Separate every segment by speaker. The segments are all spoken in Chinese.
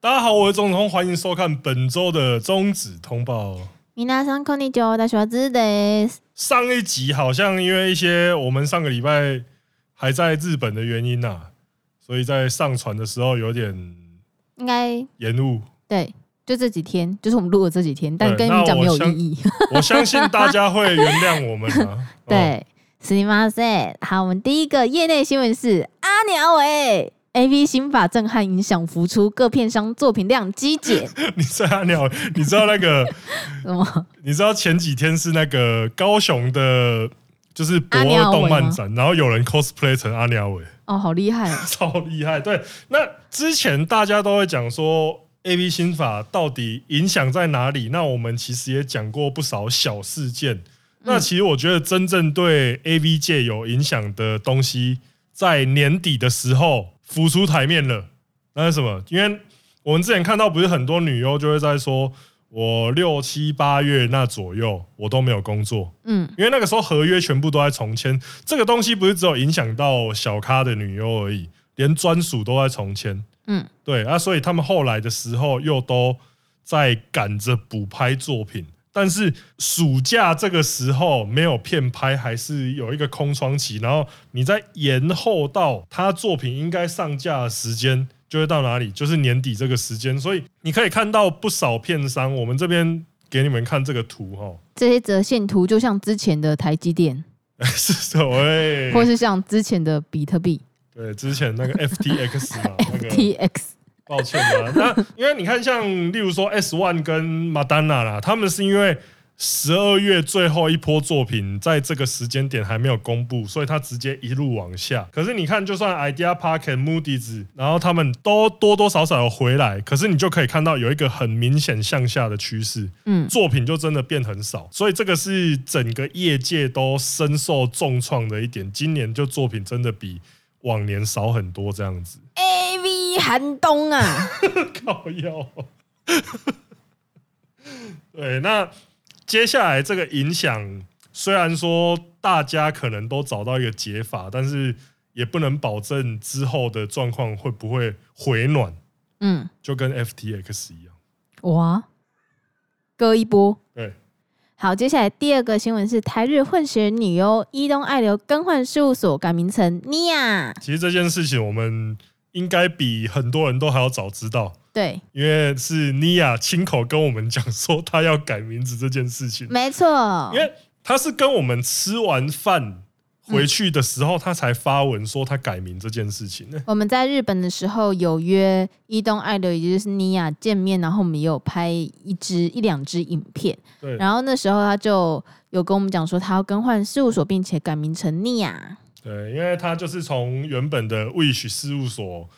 Speaker 1: 大家好，我是钟聪，欢迎收看本周的中止通报。
Speaker 2: 米娜桑こんにちは，大学子です。
Speaker 1: 上一集好像因为一些我们上个礼拜还在日本的原因呐、所以在上传的时候有点
Speaker 2: 应该
Speaker 1: 延误。
Speaker 2: 对，就这几天，就是我们录的这几天，但
Speaker 1: 对
Speaker 2: 跟
Speaker 1: 那
Speaker 2: 你讲
Speaker 1: 我哦
Speaker 2: 没有
Speaker 1: 相
Speaker 2: 意义。
Speaker 1: 我相信大家会原谅我们啊。哦，
Speaker 2: 对，すみません。好，我们第一个业内新闻是阿鸟伟 A V 新法震撼影响，浮出各片商作品量 激减。
Speaker 1: 你在阿鸟，你知道那个，
Speaker 2: 什么？
Speaker 1: 你知道前几天是那个高雄的，就是博
Speaker 2: 阿鸟
Speaker 1: 尔
Speaker 2: 尾
Speaker 1: 动漫
Speaker 2: 吗
Speaker 1: 展，然后有人 cosplay 成阿鸟伟。
Speaker 2: 哦，好厉害哦！
Speaker 1: 超厉害。对，那之前大家都会讲说 A B 新法到底影响在哪里？那我们其实也讲过不少小事件。那其实我觉得真正对 A V 界有影响的东西，在年底的时候浮出台面了。那是什么？因为我们之前看到，不是很多女优就会在说，我六七八月那左右我都没有工作，
Speaker 2: 嗯，
Speaker 1: 因为那个时候合约全部都在重签，这个东西不是只有影响到小咖的女优而已，连专属都在重签。
Speaker 2: 嗯，
Speaker 1: 对啊，所以他们后来的时候又都在赶着补拍作品，但是暑假这个时候没有片拍，还是有一个空窗期，然后你再延后到他作品应该上架的时间。就会到哪里，就是年底这个时间，所以你可以看到不少片商。我们这边给你们看这个图哈、
Speaker 2: 这些折线图就像之前的台积电，
Speaker 1: 是所谓
Speaker 2: 或是像之前的比特币
Speaker 1: 对之前那个 FTX 嘛，那个
Speaker 2: TX。
Speaker 1: 抱歉啦。那因为你看，像例如说 S One 跟 Madonna 啦，他们是因为十二月最后一波作品在这个时间点还没有公布，所以它直接一路往下。可是你看，就算 Idea Park、Moody's，然后他们都多多少少有回来，可是你就可以看到有一个很明显向下的趋势。
Speaker 2: 嗯，
Speaker 1: 作品就真的变很少，所以这个是整个业界都深受重创的一点。今年就作品真的比往年少很多，这样子。
Speaker 2: A V 寒冬啊，
Speaker 1: 靠腰。 对，那接下来这个影响，虽然说大家可能都找到一个解法，但是也不能保证之后的状况会不会回暖，
Speaker 2: 嗯，
Speaker 1: 就跟 FTX 一样。
Speaker 2: 哇，啊割一波。
Speaker 1: 对，
Speaker 2: 好，接下来第二个新闻是台日混血女优伊东爱流更换事务所改名成妮亚。
Speaker 1: 其实这件事情我们应该比很多人都还要早知道。
Speaker 2: 对，
Speaker 1: 因为是妮亚亲口跟我们讲说她要改名字这件事情，
Speaker 2: 没错
Speaker 1: 因，为她是跟我们吃完饭回去的时候，她才发文说她改名这件事情呢。
Speaker 2: 我们在日本的时候有约伊东爱流，也就是妮亚见面，然后我们也有拍一支一两支影片，
Speaker 1: 对，
Speaker 2: 然后那时候他就有跟我们讲说他要更换事务所，并且改名成妮亚。
Speaker 1: 对，因为她就是从原本的 Wish 事务所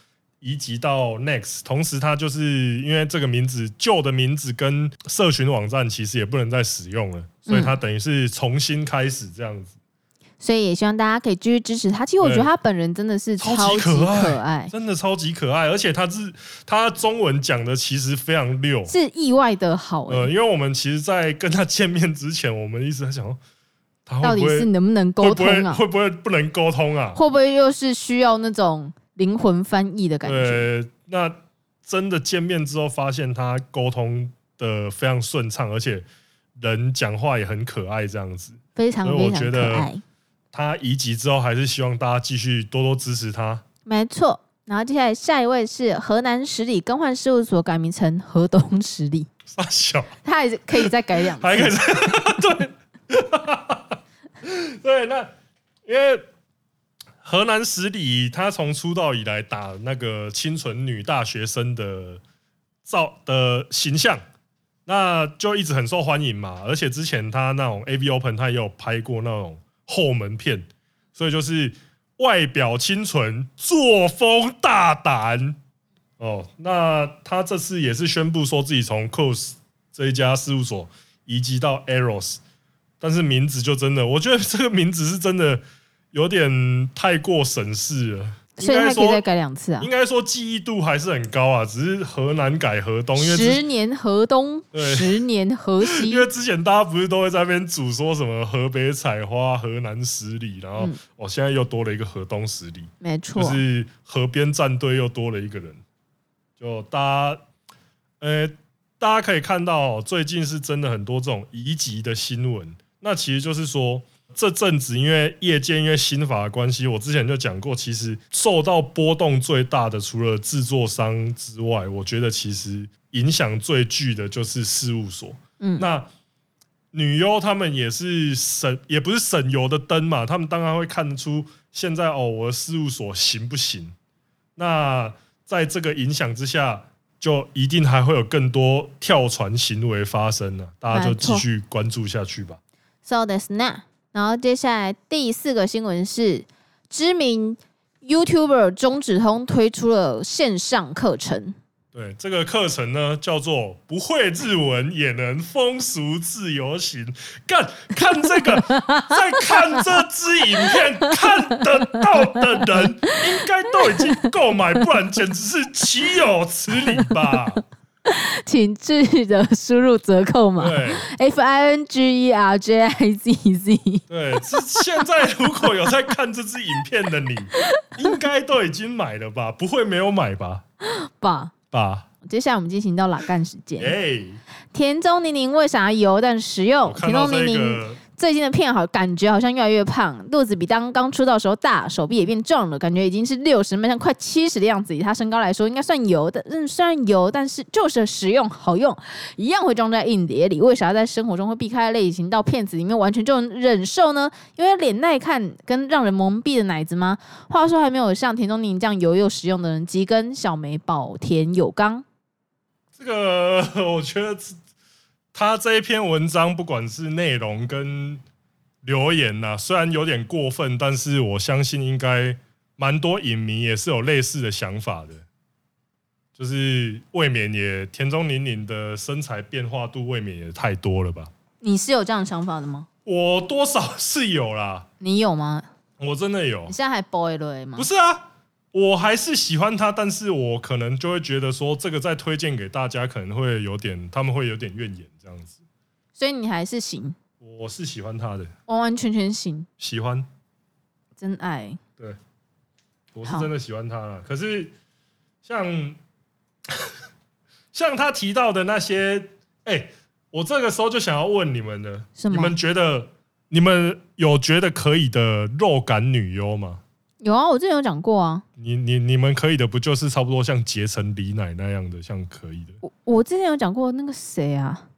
Speaker 1: 移籍到 Next，同时她就是因为这个名字旧的名字跟社群网站其实也不能再使用了，所以她等于是重新开始这样子，
Speaker 2: 所以也希望大家可以继续支持他。其实我觉得
Speaker 1: 对
Speaker 2: 他本人真的是
Speaker 1: 超
Speaker 2: 超
Speaker 1: 级
Speaker 2: 级
Speaker 1: 可
Speaker 2: 可
Speaker 1: 爱
Speaker 2: 爱，
Speaker 1: 真的超级可爱，而且她是她中文讲的其实非常溜，
Speaker 2: 是意外的好、欸。
Speaker 1: 呃，因为我们其实，在跟他见面之前，我们一直在想说，他
Speaker 2: 到
Speaker 1: 会
Speaker 2: 底
Speaker 1: 不
Speaker 2: 是
Speaker 1: 会
Speaker 2: 能不能沟通啊？
Speaker 1: 会不会会不会不能沟通啊？
Speaker 2: 会不会又是需要那种灵魂翻译的感觉？
Speaker 1: 对，那真的见面之后，发现他沟通的非常顺畅，而且人讲话也很可爱，这样子。
Speaker 2: 非常
Speaker 1: 所以我
Speaker 2: 非
Speaker 1: 觉
Speaker 2: 常可
Speaker 1: 得
Speaker 2: 爱，
Speaker 1: 他移籍之后，还是希望大家继续多多支持他。
Speaker 2: 没错。然后接下来下一位是河南十里更换事务所改名成河东十里，
Speaker 1: 傻小，
Speaker 2: 他也是可以再改两次。
Speaker 1: 还可 以对，对，那因为河南十里他从出道以来打那个清纯女大学生的造的形象，那就一直很受欢迎嘛。而且之前他那种 A V Open 他也有拍过那种后门片，所以就是外表清纯，作风大胆。哦，那他这次也是宣布说自己从 Cos 这一家事务所移籍到 Eros，但是名字就真的，我觉得这个名字是真的有点太过省事了。
Speaker 2: 所以
Speaker 1: 应该
Speaker 2: 他可以
Speaker 1: 说
Speaker 2: 再改两次啊
Speaker 1: 应！该说记忆度还是很高啊，只是河南改河东，因为
Speaker 2: 十
Speaker 1: 之
Speaker 2: 年河东，
Speaker 1: 对
Speaker 2: 十年河西
Speaker 1: 因。为之前大家不是都会在那边组说什么河北采花、河南十里，然后
Speaker 2: 嗯
Speaker 1: 哦，现在又多了一个河东十里，
Speaker 2: 没
Speaker 1: 就
Speaker 2: 错，
Speaker 1: 是河边战队又多了一个人，就大家呃，大家可以看到、哦，最近是真的很多这种移籍的新闻。那其实就是说，这阵子因为业界因为新法的关系，我之前就讲过，其实受到波动最大的，除了制作商之外，我觉得其实影响最巨的就是事务所。
Speaker 2: 嗯
Speaker 1: 那女优他们也是省，也不是省油的灯嘛，他们当然会看得出现在哦，我的事务所行不行？那在这个影响之下，就一定还会有更多跳船行为发生呢、大家就
Speaker 2: 没错
Speaker 1: 继续关注下去吧。
Speaker 2: So that's not。然后接下来第四个新闻是知名 YouTuber 中指通推出了线上课程。
Speaker 1: 对，这个课程呢叫做“不会日文也能风俗自由行”，干看这个，在看这支影片看得到的人，应该都已经购买，不然简直是岂有此理吧？
Speaker 2: 请记得输入折扣码
Speaker 1: 对
Speaker 2: F I N G E R J I Z Z。
Speaker 1: 对，这现在如果有在看这支影片的你，应该都已经买了吧？不会没有买吧？
Speaker 2: 吧。
Speaker 1: 吧？
Speaker 2: 接下来我们进行到拉干时
Speaker 1: 哎、
Speaker 2: 间。田中宁宁为啥油但实用
Speaker 1: 我？看
Speaker 2: 田
Speaker 1: 到
Speaker 2: 中宁
Speaker 1: 这
Speaker 2: 宁
Speaker 1: 个，
Speaker 2: 最近的片好，感觉好像越来越胖，肚子比当刚出道时候大，手臂也变壮了，感觉已经是六十迈向快七十的样子。以他身高来说，应该算油的，但嗯，虽然油，但是就是实用好用，一样会装在硬碟里。为啥在生活中会避开类型到片子里面完全就能忍受呢？因为脸耐看跟让人蒙蔽的奶子吗？话说还没有像田中宁这样油又实用的人，及跟小美保田有刚。
Speaker 1: 这个我觉得这他这一篇文章，不管是内容跟留言呐、啊虽然有点过分，但是我相信应该蛮多影迷也是有类似的想法的，就是未免也田中玲玲的身材变化度未免也太多了吧？
Speaker 2: 你是有这样的想法的吗？
Speaker 1: 我多少是有啦，
Speaker 2: 你有吗？
Speaker 1: 我真的有
Speaker 2: 你，现在还 boy 了吗
Speaker 1: 不？是啊，我还是喜欢他，但是我可能就会觉得说，这个再推荐给大家，可能会有点，他们会有点怨言这样子。
Speaker 2: 所以你还是行，
Speaker 1: 我是喜欢他的，
Speaker 2: 完完全全行，
Speaker 1: 喜欢，
Speaker 2: 真爱。
Speaker 1: 对，我是
Speaker 2: 好
Speaker 1: 真的喜欢他了。可是像像他提到的那些，哎、我这个时候就想要问你们了，
Speaker 2: 什
Speaker 1: 你
Speaker 2: 么
Speaker 1: 们觉得你们有觉得可以的肉感女优吗？
Speaker 2: 有啊，我之前有讲过啊，
Speaker 1: 你你你们可以的不就是差不多像结成李奶那样的，像可以的？
Speaker 2: 我我之前有讲过那个谁啊，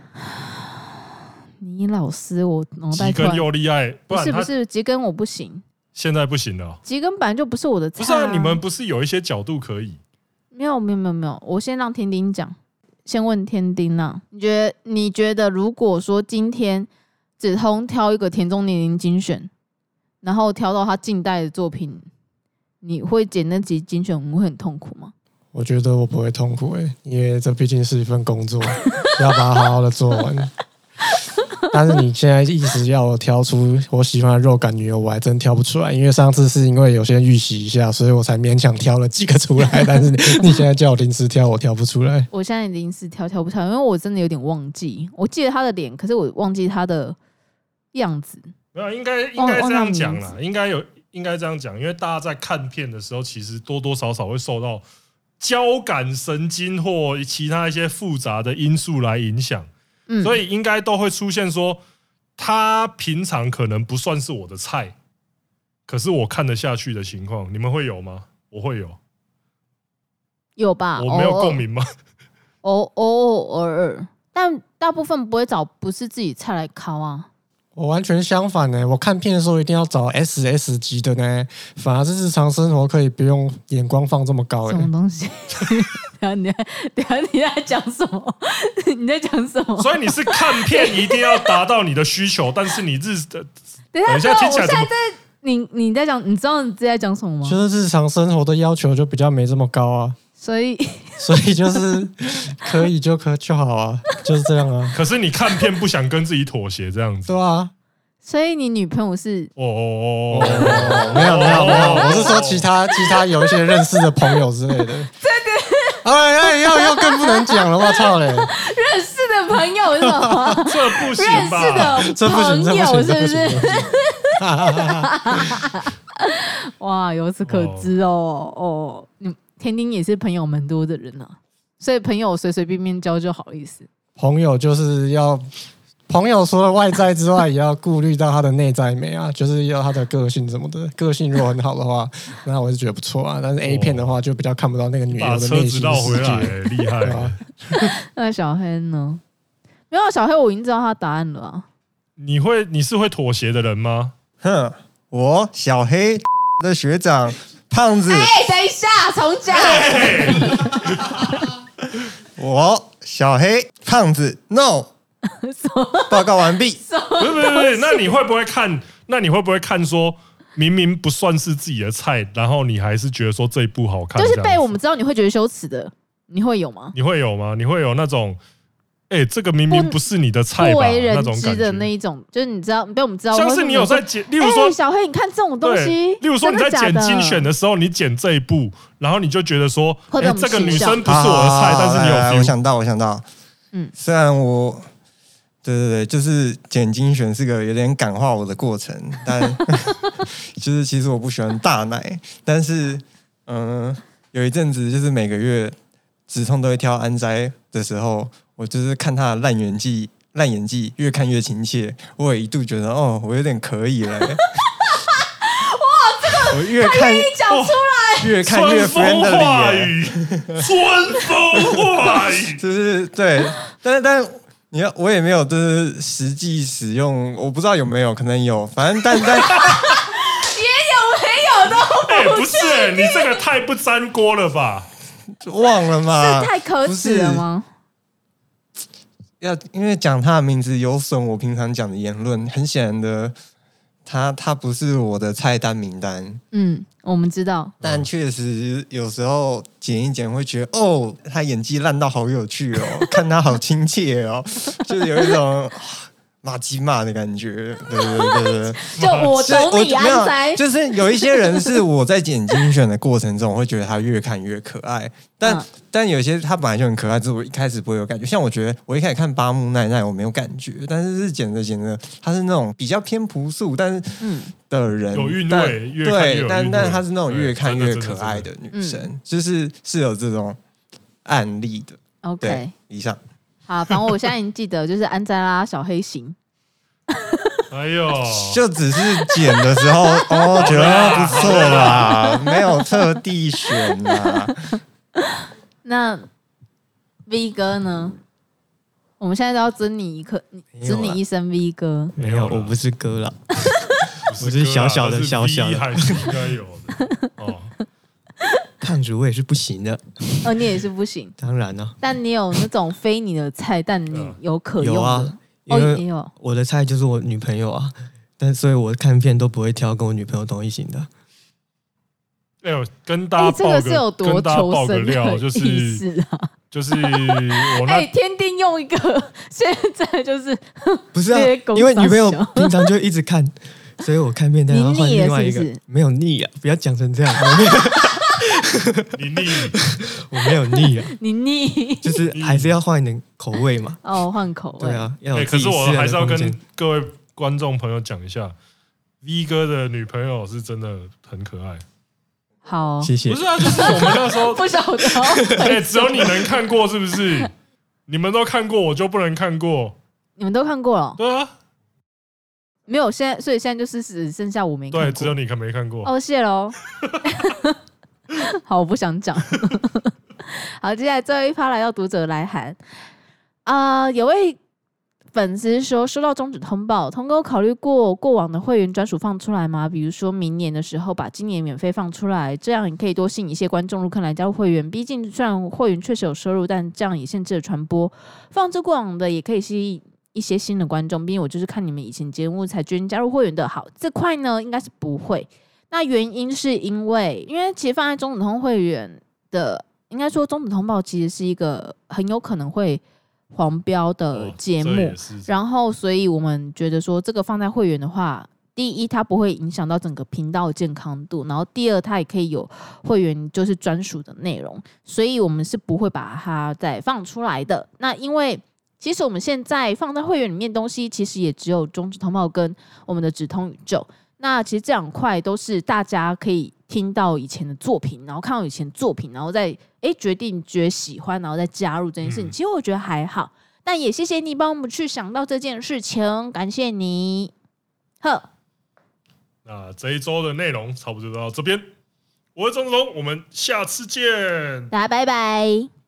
Speaker 2: 倪老师，我脑袋
Speaker 1: 吉
Speaker 2: 突
Speaker 1: 根
Speaker 2: 然
Speaker 1: 又厉害，不
Speaker 2: 不
Speaker 1: 然
Speaker 2: 是不
Speaker 1: 他
Speaker 2: 是吉根我不行，
Speaker 1: 现在不行了哦。
Speaker 2: 吉根本来就不是我的菜、
Speaker 1: 不是啊，你们不是有一些角度可以？
Speaker 2: 没有没有没有没有，我先让天丁讲，先问天丁啊，你觉得你觉得如果说今天只通挑一个田中年龄精选，然后挑到他近代的作品，你会剪那集精选，你会很痛苦吗？
Speaker 3: 我觉得我不会痛苦诶、因为这毕竟是一份工作， 要把它好好的做完。 但是你现在一直要我挑出我喜欢的肉感女友，我还真挑不出来，因为上次是因为有些预习一下，所以我才勉强挑了几个出来。但是你你现在叫我临时挑，我挑不出来。
Speaker 2: 我现在临时挑挑不出来，因为我真的有点忘记，我记得他的脸，可是我忘记他的样子。
Speaker 1: 没有，应该应该
Speaker 2: 忘
Speaker 1: 这样讲
Speaker 2: 忘
Speaker 1: 啦，应该有应该这样讲，因为大家在看片的时候，其实多多少少会受到交感神经或其他一些复杂的因素来影响，
Speaker 2: 嗯，
Speaker 1: 所
Speaker 2: 以
Speaker 1: 以应该都会出现说，他平常可能不算是我的菜，可是我看得下去的情况，你们会有吗？我会有，
Speaker 2: 有吧？
Speaker 1: 我没有
Speaker 2: 偶尔
Speaker 1: 共，鸣吗？
Speaker 2: 偶偶偶尔，但大部分不会找不是自己菜来烤啊。
Speaker 3: 我完全相反呢、我看片的时候一定要找 S S 级的呢，反而是日常生活可以不用眼光放这么高
Speaker 1: 哦
Speaker 3: 欸诶、
Speaker 2: 什么东西？ 等下你在等下你在讲什么？ 你在讲什么？
Speaker 1: 所以你是看片一定要达到你的需求，但是你 日呃
Speaker 2: 等下
Speaker 1: 等一下
Speaker 2: 等
Speaker 1: 听
Speaker 2: 啊我
Speaker 1: 起来怎
Speaker 2: 现在
Speaker 1: 么
Speaker 2: 在你你在讲，你知道你自己在讲什么吗？
Speaker 3: 就是日常生活的要求就比较没这么高啊，
Speaker 2: 所以
Speaker 3: 所以就是可以就可就好啊，就是这样啊。
Speaker 1: 可是你看片不想跟自己妥协这样子。
Speaker 3: 对啊，
Speaker 2: 所以你女朋友是
Speaker 1: 哦哦哦哦哦哦，
Speaker 3: 没有没有没有，我是说其
Speaker 1: 他。
Speaker 3: 他其他有一些认识的朋友之类的。对对，哎哎，要要更不能讲了，我操嘞！
Speaker 2: 认识的朋友是什么？
Speaker 1: 这 不行
Speaker 2: 认
Speaker 1: 吧？
Speaker 2: 识
Speaker 3: 这
Speaker 2: 的
Speaker 3: 不
Speaker 2: 朋
Speaker 3: 行，这不
Speaker 2: 友
Speaker 3: 行，
Speaker 2: 是
Speaker 3: 这不行。
Speaker 2: 是？
Speaker 3: 这不行
Speaker 2: 哇，由此可知哦哦，你田丁也是朋友蛮多的人啊，所以朋友随随便便交就好意思。
Speaker 3: 朋友就是要朋友除了外在之外，也要顾虑到他的内在美啊，就是要他的个性什么的。个性如果很好的话，那我是觉得不错啊。但是 A 片的话，就比较看不到那个女
Speaker 1: 把
Speaker 3: 优的
Speaker 1: 车
Speaker 3: 内
Speaker 1: 子
Speaker 3: 心
Speaker 1: 绕回来、
Speaker 3: 世界。
Speaker 1: 欸厉害、
Speaker 3: 对啊
Speaker 2: 那小黑呢？没有啊小黑，我已经知道他的答案了啊、
Speaker 1: 你会你是会妥协的人吗？
Speaker 4: 哼，我小黑的学长胖子，
Speaker 2: 哎、等一下，重讲。
Speaker 4: 我小黑胖子，no，报告完毕。
Speaker 1: 不是不是不 是，那你会不会看？那你会不会看说？明明不算是自己的菜，然后你还是觉得说这一部好看，
Speaker 2: 就是
Speaker 1: 哎这样
Speaker 2: 被
Speaker 1: 子
Speaker 2: 我们知道你会觉得羞耻的，你会有吗？
Speaker 1: 你会有吗？你会有那种，哎、这个明明
Speaker 2: 不
Speaker 1: 不是你的菜
Speaker 2: 不
Speaker 1: 吧？
Speaker 2: 为
Speaker 1: 那
Speaker 2: 人
Speaker 1: 种
Speaker 2: 知
Speaker 1: 感
Speaker 2: 的
Speaker 1: 觉，
Speaker 2: 那一种，就是你知道，你被我们知道，
Speaker 1: 像
Speaker 2: 或者
Speaker 1: 是你有在剪，例如
Speaker 2: 哎、
Speaker 1: 说，
Speaker 2: 小黑，你看这种东
Speaker 1: 对，
Speaker 2: 西，
Speaker 1: 例如说你在剪精选
Speaker 2: 的
Speaker 1: 的时候，你剪这一部，然后你就觉得说，
Speaker 2: 会
Speaker 1: 哎、
Speaker 2: 被我们
Speaker 1: 这个
Speaker 2: 取
Speaker 1: 女
Speaker 2: 笑
Speaker 1: 生不是我的菜，
Speaker 3: 啊
Speaker 4: 好好好来
Speaker 3: 哎
Speaker 4: 来
Speaker 1: 但是你
Speaker 4: 我
Speaker 1: 有 feel，
Speaker 4: 想到，我想到，
Speaker 2: 嗯
Speaker 4: 嗯，虽然我，对对对，就是剪精选是个有点感化我的过程， 但就是其实我不喜欢大奶，但是嗯、有一阵子就是每个月止痛都会挑安斋的时候，我就是看他的烂演技，烂演技越看越亲切，我也一度觉得哦，我有点可以了、我越看
Speaker 2: 讲
Speaker 1: 出
Speaker 4: 越看越
Speaker 1: 春
Speaker 4: friend
Speaker 1: 风
Speaker 4: 的
Speaker 1: 化
Speaker 4: 脸。
Speaker 1: 雨，春风化雨，
Speaker 4: 就是对，但是但是你要我也没有就是实际使用，我不知道有没有，可能有，反正但但
Speaker 2: 也有没有的，
Speaker 1: 哎、不是、哎你这个太不粘锅了吧？
Speaker 4: 忘了嘛
Speaker 2: 这。太可耻
Speaker 1: 啊
Speaker 2: 了吗？
Speaker 4: 要因为讲他的名字有损我平常讲的言论，很显然的，他他不是我的菜单名单，
Speaker 2: 嗯，我们知道，
Speaker 4: 但确实有时候剪一剪会觉得哦，他演技烂到好有趣哦， 看他好亲切哦，就是有一种。哦骂鸡骂的感觉，对对对对对，
Speaker 2: 就 我
Speaker 4: 所以
Speaker 2: 懂你
Speaker 4: 我没有
Speaker 2: 安塞，
Speaker 4: 就是有一些人是我在剪精选的过程中，我会觉得他越看越可爱，但、
Speaker 2: 嗯
Speaker 4: 但有些他本来就很可爱，只是我一开始不会有感觉。像我觉得我一开始看八木奈奈我没有感觉，但是是剪着剪着，他是那种比较偏朴素，但是
Speaker 2: 嗯，
Speaker 4: 的人
Speaker 1: 有韵
Speaker 4: 但
Speaker 1: 味越看越有
Speaker 4: 对，
Speaker 1: 韵味
Speaker 4: 但但她是那种
Speaker 1: 对
Speaker 4: 越看
Speaker 1: 真的
Speaker 4: 越
Speaker 1: 真的
Speaker 4: 可爱
Speaker 1: 真
Speaker 4: 的女
Speaker 2: 嗯
Speaker 4: 生，就是是有这种案例的。对
Speaker 2: OK，，
Speaker 4: 以上
Speaker 1: 哦
Speaker 2: 好，反正我现在已经记得，就是安扎拉小黑型，
Speaker 1: 哎呦，
Speaker 4: 就只是剪的时候，哦，觉得不错啦，没有特地选啦。
Speaker 2: 那 V 哥呢？我们现在都要尊你一刻，
Speaker 4: 没有啦
Speaker 1: 啊
Speaker 2: 尊你一声 V 哥。
Speaker 1: 没
Speaker 5: 没
Speaker 1: 有啦
Speaker 5: 有，我 不是哥啦。
Speaker 1: 不
Speaker 5: 我是
Speaker 1: 哥啊
Speaker 5: 小小的
Speaker 1: 但是
Speaker 5: 小小
Speaker 1: V
Speaker 3: 哎
Speaker 5: 的
Speaker 1: 还是应该有 的哦。
Speaker 5: 看主我也是不行的，
Speaker 2: 哦，你也是不行，
Speaker 5: 当然了、
Speaker 2: 但你有那种非你的菜，但你
Speaker 1: 嗯
Speaker 2: 有可用
Speaker 5: 有
Speaker 2: 的。
Speaker 5: 啊，因
Speaker 2: 哦，也
Speaker 5: 为
Speaker 2: 有。
Speaker 5: 我的菜就是我女朋友啊，但所以我看片都不会挑跟我女朋友同一型的。
Speaker 1: 哎呦，跟大
Speaker 2: 哎、
Speaker 1: 家
Speaker 2: 这
Speaker 1: 报
Speaker 2: 个
Speaker 1: 个，
Speaker 2: 是有多
Speaker 1: 跟大家
Speaker 2: 求
Speaker 1: 报个
Speaker 2: 生的
Speaker 1: 料，就
Speaker 2: 意
Speaker 1: 是
Speaker 2: 思啊！
Speaker 1: 就是我那
Speaker 2: 哎、天天用一个， 现在就是
Speaker 5: 不是啊
Speaker 2: 这些狗，
Speaker 5: 因为女朋友
Speaker 2: 傻笑
Speaker 5: 平常就一直 看，所以我看片单要换
Speaker 2: 你腻了
Speaker 5: 另外一个，
Speaker 2: 是不是
Speaker 5: 没有腻啊，不要讲成这样，我没有，
Speaker 1: 你腻，
Speaker 5: 我没有腻啊，
Speaker 2: 你腻
Speaker 5: 就是还是要换一点口味嘛。
Speaker 2: 哦，换口味。
Speaker 5: 对 啊，要
Speaker 1: 哎，
Speaker 5: 有
Speaker 1: 可
Speaker 5: 自己
Speaker 1: 是我
Speaker 5: 私人的
Speaker 1: 还是要
Speaker 5: 空
Speaker 1: 跟
Speaker 5: 间
Speaker 1: 各位观众朋友讲一下，V 哥的女朋友是真的很可爱。
Speaker 2: 好，
Speaker 5: 谢谢
Speaker 1: 不是。啊，就是我们那时候，
Speaker 2: 不晓得哦。
Speaker 1: 哎，只有你能看过，是不是？你们都看过，我就不能看过。
Speaker 2: 你们都看过了哦？
Speaker 1: 对啊，
Speaker 2: 没有，现在所以现在就是只剩下我没看过。
Speaker 1: 对，啊只有你看没看过。
Speaker 2: 哦，谢喽。好，我不想讲。 好，接下来最后一趴来到读者来函。啊、有位粉丝说，收到终止通报，童哥有考虑过过往的会员专属放出来吗？比如说明年的时候把今年免费放出来，这样也可以多吸引一些观众入坑来加入会员。毕竟虽然会员确实有收入，但这样也限制了传播。放置过往的也可以吸引一些新的观众，毕竟我就是看你们以前节目才决定加入会员的。好，这块呢应该是不会。那原因是因为，因为其实放在中子通会员的，应该说中子通报其实是一个很有可能会黄标的
Speaker 1: 哦
Speaker 2: 节目，
Speaker 1: 这也是
Speaker 2: 然后，所以我们觉得说，这个放在会员的话，第一，它不会影响到整个频道的健康度；然后，第二，它也可以有会员就是专属的内容，所以我们是不会把它再放出来的。那因为其实我们现在放在会员里面的东西，其实也只有中止通报跟我们的止通宇宙。那其实这两块都是大家可以听到以前的作品，然后看到以前作品，然后再哎决定觉得喜欢，然后再加入这件事情。
Speaker 1: 嗯
Speaker 2: 其实我觉得还好，但也谢谢你帮我们去想到这件事情，感谢你。呵，
Speaker 1: 那这一周的内容差不多就到这边，我是钟钟，我们下次见。
Speaker 2: 大家拜拜。